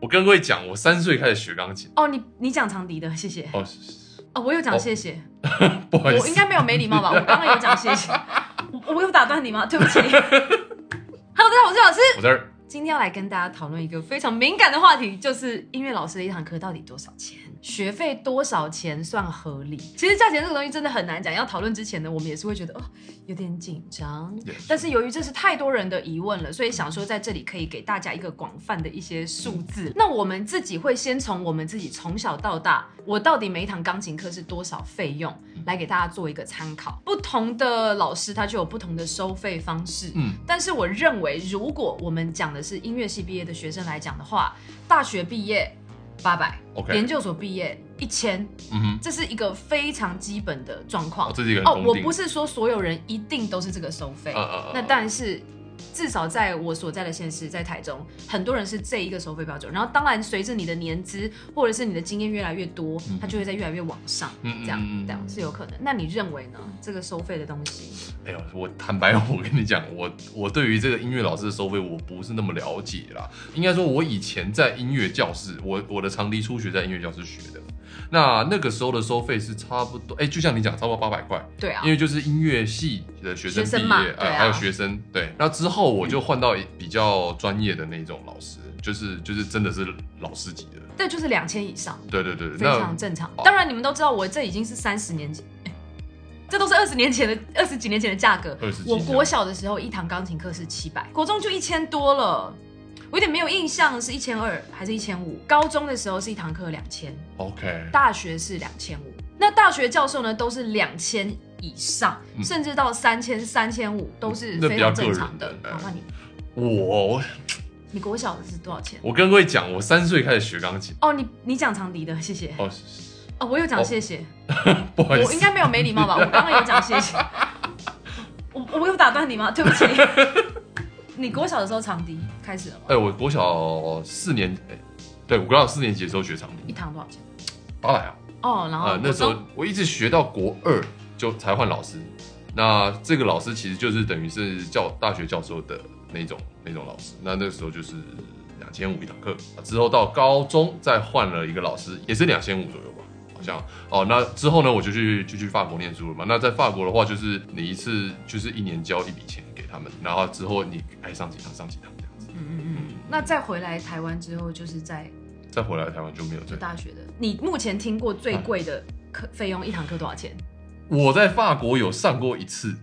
我跟各位讲，我三岁开始学钢琴。哦，你你讲长笛的，谢谢。哦，哦，我有讲谢谢，不好意我思应，该没有没礼貌吧？我刚刚有讲 谢谢，我我有打断你吗？对不起。Hello，大家好，我是老师。我在这儿今天要来跟大家讨论一个非常敏感的话题，就是音乐老师的一堂课到底多少钱？学费多少钱算合理？其实价钱这个东西真的很难讲。要讨论之前呢，我们也是会觉得哦有点紧张 Yes 但是由于这是太多人的疑问了，所以想说在这里可以给大家一个广泛的一些数字。那我们自己会先从我们自己从小到大，我到底每一堂钢琴课是多少费用，来给大家做一个参考。不同的老师他就有不同的收费方式。嗯，但是我认为，如果我们讲的是音乐系毕业的学生来讲的话，大学毕业八百 OK 研究所毕业一千，嗯哼，这是一个非常基本的状况哦，。这是一个很哦，公我定不是说所有人一定都是这个收费呃，呃那但是至少在我所在的县市，在台中，很多人是这一个收费标准。然后当然，随着你的年资或者是你的经验越来越多嗯，它就会在越来越往上，嗯嗯这样嗯嗯这样是有可能。那你认为呢？这个收费的东西，哎呦，我坦白，我跟你讲，我我对于这个音乐老师的收费，我不是那么了解啦。应该说，我以前在音乐教室，我我的长笛初学在音乐教室学的。那那个时候的收费是差不多，哎、就像你讲，差不多八百块，对啊因，为就是音乐系的学生毕学生业，嘛对呃，啊嗯还有学生，对。那之后我就换到比较专业的那种老师，就是就是真的是老师级的，这就是两千以上。对对对。非那常正常哦。当然，你们都知道，我这已经是三十年前， 哎这都是二十年前的 二十几年前的价格20几。我国小的时候，一堂钢琴课是七百，国中就一千多了。我有点没有印象，是一千二还是一千五？高中的时候是一堂课两千， OK，大学是两千五。那大学教授呢，都是两千以上，嗯甚至到三千、三千五都是那非比较常个正常的人。的哎好，那你我你国小的是多少钱？我跟各位讲，我三岁开始学钢琴，哦，你你讲长笛的，谢谢。哦，哦，我有哦讲谢谢。不好意思，我应该没有没礼貌吧？我刚刚有讲 谢谢。我我有打断你吗？对不起。 你国小的时候长笛开始了吗？哎、我国小四年，哎、对我国小四年级的时候学长一笛，堂多少钱？八百啊，哦，然后、呃，那时候我一直学到国二就才换老师，那这个老师其实就是等于是教大学教授的那种那种老师，那那个时候就是两千五一堂课，啊之后到高中再换了一个老师，也是两千五左右吧。好像哦，那之后呢，我就去就去法国念书了嘛。那在法国的话，就是你一次就是一年交一笔钱给他们，然后之后你爱上几堂上几堂这样子，嗯嗯嗯嗯。那再回来台湾之后，就是在再回来台湾就没有这就样。大学的。你目前听过最贵的课费用一堂课多少钱？我在法国有上过一次，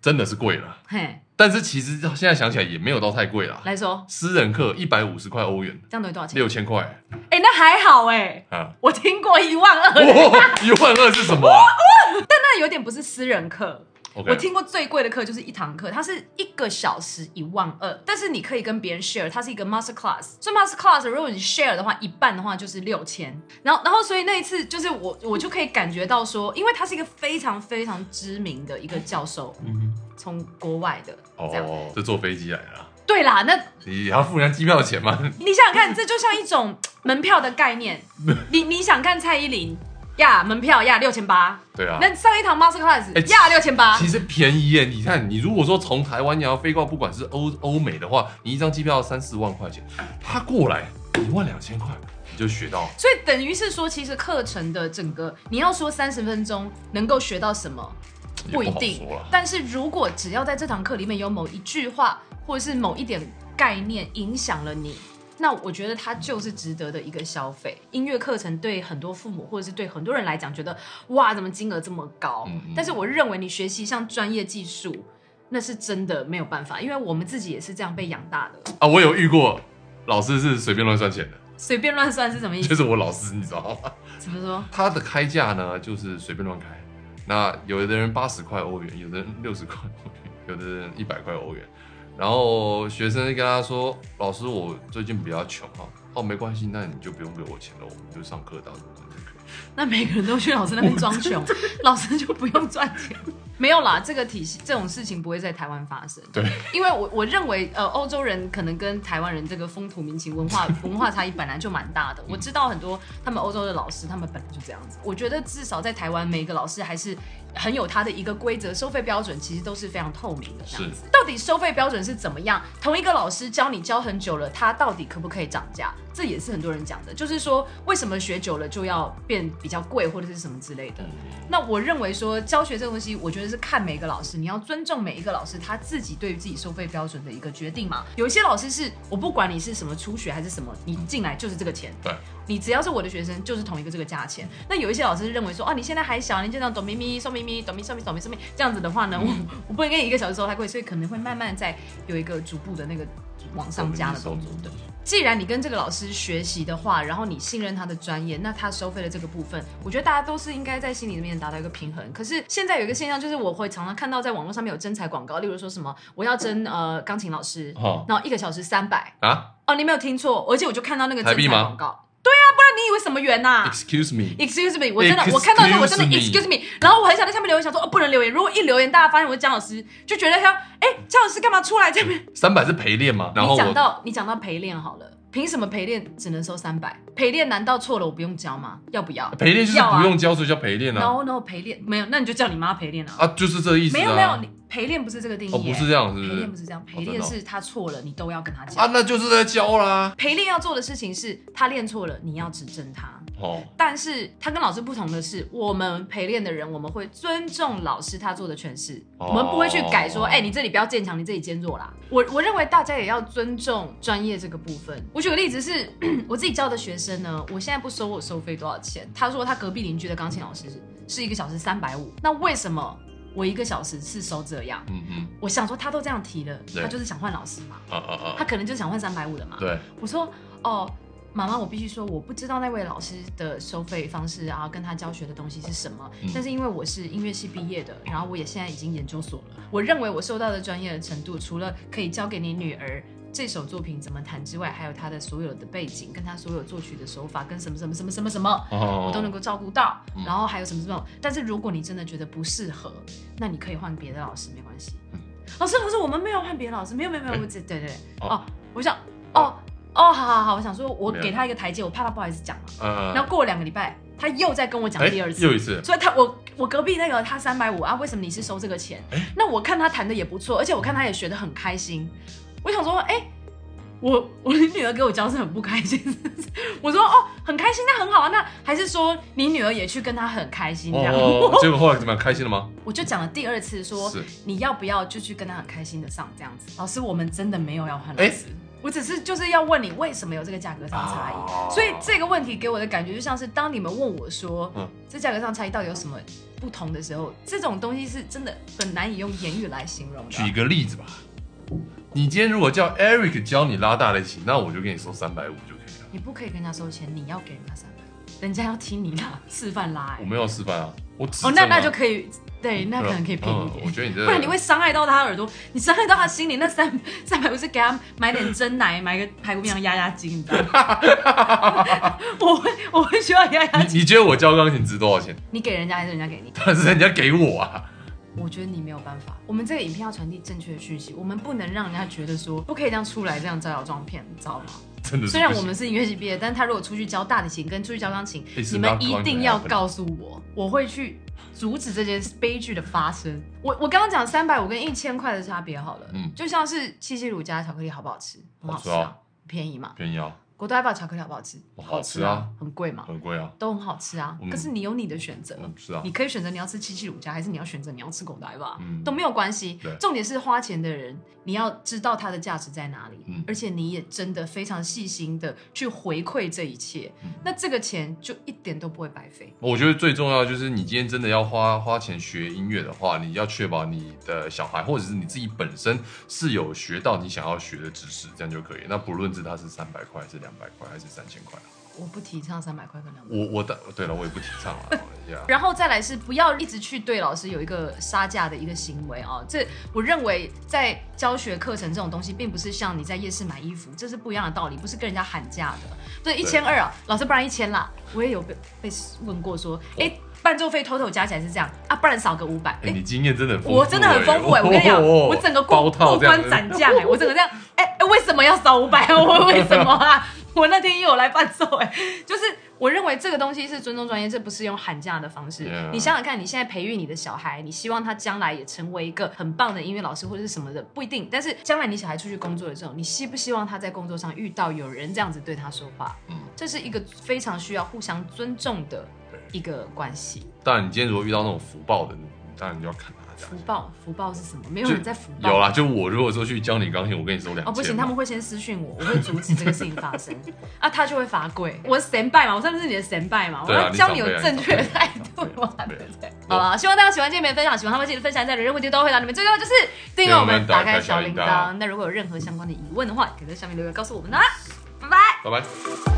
真的是贵了。嘿，但是其实现在想起来也没有到太贵啦。来说私人课一百五十块欧元，这样等于多少钱？六千块哎、那还好哎、啊！我听过一万二，哇，一万二是什么啊 那有点不是私人课。我？OK，听过最贵的课就是一堂课，它是一个小时一万二，但是你可以跟别人 share，它是一个 master class。所以 master class 如果你 share 的话，一半的话就是六千。然后，然后所以那一次就是我我就可以感觉到说，因为他是一个非常非常知名的一个教授，嗯从国外的这样。哦，这坐飞机来了，对啦，那你还要付人家机票钱 吗？你想想看，这就像 一种门票的概念。你你想看蔡依林呀，门票呀六千八，对啊，那啊上一堂 master 哎 class 呀六千八其，实便宜耶！你看，你如果说从台湾你要飞过，不管是欧欧美的话，你一张机票要三四万块钱，他过来一万两千块，你就学到所以等于是说，其实课程的整个，你要说三十分钟能够学到什么，也不一好定。说了。但是如果只要在这堂课里面有某一句话，或者是某一点概念影响了你，那我觉得它就是值得的一个消费。音乐课程对很多父母或者是对很多人来讲，觉得哇，怎么金额这么高？嗯嗯但是我认为你学习像专业技术，那是真的没有办法，因为我们自己也是这样被养大的。啊，我有遇过老师是随便乱算钱的，随便乱算是什么意就是思？我老师，你知道吗？怎么说？他的开价呢就是随便乱开，那有的人八十块欧元，有的人六十块欧元，有的人一百块欧元。然后学生就跟他说：“老师，我最近比较穷啊。”哦，没关系，那你就不用给我钱了，我们就上课到时候就可以。 那每个人都去老师那边装穷，老师就不用赚钱。 没有啦，这个体系这种事情不会在台湾发生。对，因为我我认为，呃，欧洲人可能跟台湾人这个风土民情、文化文化差异本来就蛮大的。我知道很多他们欧洲的老师，他们本来就这样子。我觉得至少在台湾，每一个老师还是很有它的一个规则，收费标准其实都是非常透明的这样是子。到底收费标准是怎么样？同一个老师教你教很久了，他到底可不可以涨价？这也是很多人讲的，就是说为什么学久了就要变比较贵或者是什么之类的。那我认为说教学这个东西，我觉得是看每一个老师，你要尊重每一个老师他自己对于自己收费标准的一个决定嘛。有一些老师是我不管你是什么初学还是什么，你进来就是这个钱，对，你只要是我的学生就是同一个这个价钱。那有一些老师认为说，哦、啊，你现在还小，你就这样懂咪咪、送咪咪、懂咪送咪、懂咪送咪这样子的话呢，我我不能跟你一个小时收太贵，所以可能会慢慢在有一个逐步的那个往上加的动作。对，既然你跟这个老师学习的话，然后你信任他的专业，那他收费的这个部分，我觉得大家都是应该在心里面达到一个平衡。可是现在有一个现象，就是我会常常看到在网络上面有征才广告，例如说什么我要征呃钢琴老师，哈然后一个小时三百，啊哦，你没有听错，而且我就看到那个征台币才吗广告，对啊，不然你以为什么缘呐、 ，Excuse me， Excuse me，我真的我 Excuse 看到的时候我真的 me Excuse me，然后我很想在下面留言，想说哦不能留言，如果一留言大家发现我是姜老师，就觉得他哎姜老师干嘛出来这边？三百是陪练吗？然后你讲我到你讲到陪练好了，凭什么陪练只能收三百？陪练难道错了我不用教吗？要不要？陪练就是要啊不用教，所以叫陪练 n 啊 o no 陪练没有，那你就叫你妈陪练啊。啊，就是这意思啊。没有没有，你陪练不是这个定义、哦，不是这样，样，是陪练不不是是？这样，哦陪真练的哦是他错了，你都要跟他啊，讲。那就是在教啦。陪练要做的事情是他练错了，你要指正他。哦，但是他跟老师不同的是，我们陪练的人，我们会尊重老师他做的诠释，哦我们不会去改说，哎、你这里不要坚强，你这里坚弱啦。我我认为大家也要尊重专业这个部分。我举个例子是， 我自己教的学生呢，我现在不收我收费多少钱，他说他隔壁邻居的钢琴老师是一个小时三百五，那为什么我一个小时是收这样？嗯嗯，我想说他都这样提了，对他就是想换老师嘛，啊啊他啊，可能就想换三百五的嘛。对，我说哦，妈妈，我必须说，我不知道那位老师的收费方式啊，跟他教学的东西是什么。嗯但是因为我是音乐系毕业的，然后我也现在已经研究所了，我认为我受到的专业的程度，除了可以教给你女儿。这首作品怎么弹之外，还有他的所有的背景，跟他所有作曲的手法，跟什么什么什么什么什么，哦，我都能够照顾到。嗯然后还有什么什么，但是如果你真的觉得不适合，那你可以换别的老师，没关系嗯。老师，可是我们没有换别的老师，没有没有没有，哎我只对对对，哦哦，我想，哦哦，好好好，我想说，我没有给他一个台阶，我怕他不好意思讲嘛。呃，然后过了两个礼拜，他又再跟我讲哎第二次，又一次，所以他我我隔壁那个他三百五啊，为什么你是收这个钱？那我看他弹的也不错，而且我看他也学得很开心。我想说，哎、我我的女儿给我教是很不开心，我说哦很开心，那很好啊，那还是说你女儿也去跟他很开心 这样？哦，结果后来怎么样？开心了吗？ 我就讲了第二次 说是你要不要就去跟他很开心的上这样子？老师，我们真的没有要换老哎师。我只是就是要问你为什么有这个价格上差异，哦所以这个问题给我的感觉就像是当你们问我说，嗯这价格上差异到底有什么不同的时候，这种东西是真的很难以用言语来形容的举一。个例子吧，你今天如果叫 Eric 教你拉大提琴，那我就给你收三百五就可以了。你不可以跟人家收钱，你要给人家三百，人家要听你拉示范拉、我欸。没有示范啊，我指哦，那正啊那就可以，对，那可能可以便宜一嗯我点。觉得你这，不然你会伤害到他耳朵，你伤害到他心里。那三三百五是给他买点真奶，买个排骨面压压惊，你知道吗？ 我会我会需要压压惊。你你觉得我教钢琴值多少钱？ 你给人家还是人家给你？但是人家给我啊，我觉得你没有办法。我们这个影片要传递正确的讯息，我们不能让人家觉得说不可以这样出来这样招摇撞骗，你知道吗？真的是不行。虽然我们是音乐系毕业，但他如果出去教大提琴跟出去教钢琴 It's，你们 not 一 going to 定要 happen. 告诉我，我会去阻止这件悲剧的发生。我我刚刚讲三百五跟一千块的差别好了，嗯就像是七喜乳加巧克力好不好吃？很好吃好吃啊啊，便宜嘛。便宜啊，国都爱宝巧克力好不好吃？好吃啊，很贵嘛，很贵啊，都很好吃啊。嗯可是你有你的选择，嗯，是啊你，可以选择你要吃七七乳加，还是你要选择你要吃狗奶吧，嗯都没有关系对。重点是花钱的人，你要知道它的价值在哪里，嗯而且你也真的非常细心的去回馈这一切，嗯那这个钱就一点都不会白费。我觉得最重要的就是，你今天真的要花花钱学音乐的话，你要确保你的小孩或者是你自己本身是有学到你想要学的知识，这样就可以。那不论是它是三百块，还是两百块，还是三千块，我不提倡三百块跟两百。我我的对了，我也不提倡了。yeah，然后再来是不要一直去对老师有一个杀价的一个行为啊、这我认为在教学课程这种东西，并不是像你在夜市买衣服，这是不一样的道理，不是跟人家喊价的。对，一千二啊，老师不然一千啦。我也有被被问过说，哎、伴奏费 total 加起来是这样啊，不然少个五百。哎、哎你经验真的很丰富、欸我真的很丰富哎、我跟你 讲，哦我整个包过套过这样关子斩将哎，我整个这样 哎、哎为什么要少五百啊？我为什么啊？我那天也有来伴奏哎、就是我我认为这个东西是尊重专业，这不是用喊价的方式。 Yeah 你想想看，你现在培育你的小孩，你希望他将来也成为一个很棒的音乐老师或者是什么的，不一定。但是将来你小孩出去工作的时候，你希不希望他在工作上遇到有人这样子对他说话？嗯这是一个非常需要互相尊重的一个关系。当然，你今天如果遇到那种福报的，你当然你就要看他这福样。报，福报是什么？没有就人在福报。有啦，就我如果说去教你钢琴，我跟你收两千哦，嘛。不行，他们会先私讯我，我会阻止这个事情发 生啊，他就会罚跪。我是神拜嘛，我上次是你的神拜嘛，我对啊要教你有你长辈啊正确的态度嘛，长辈对啊不对？好了，希望大家喜欢今天的分享，喜欢他们记得分享在人人问题都会回答你们。最重要就是订阅我们，打啊开小铃铛。那如果有任何相关的疑问的话，可以在下面留言告诉我们啦。拜拜。拜拜。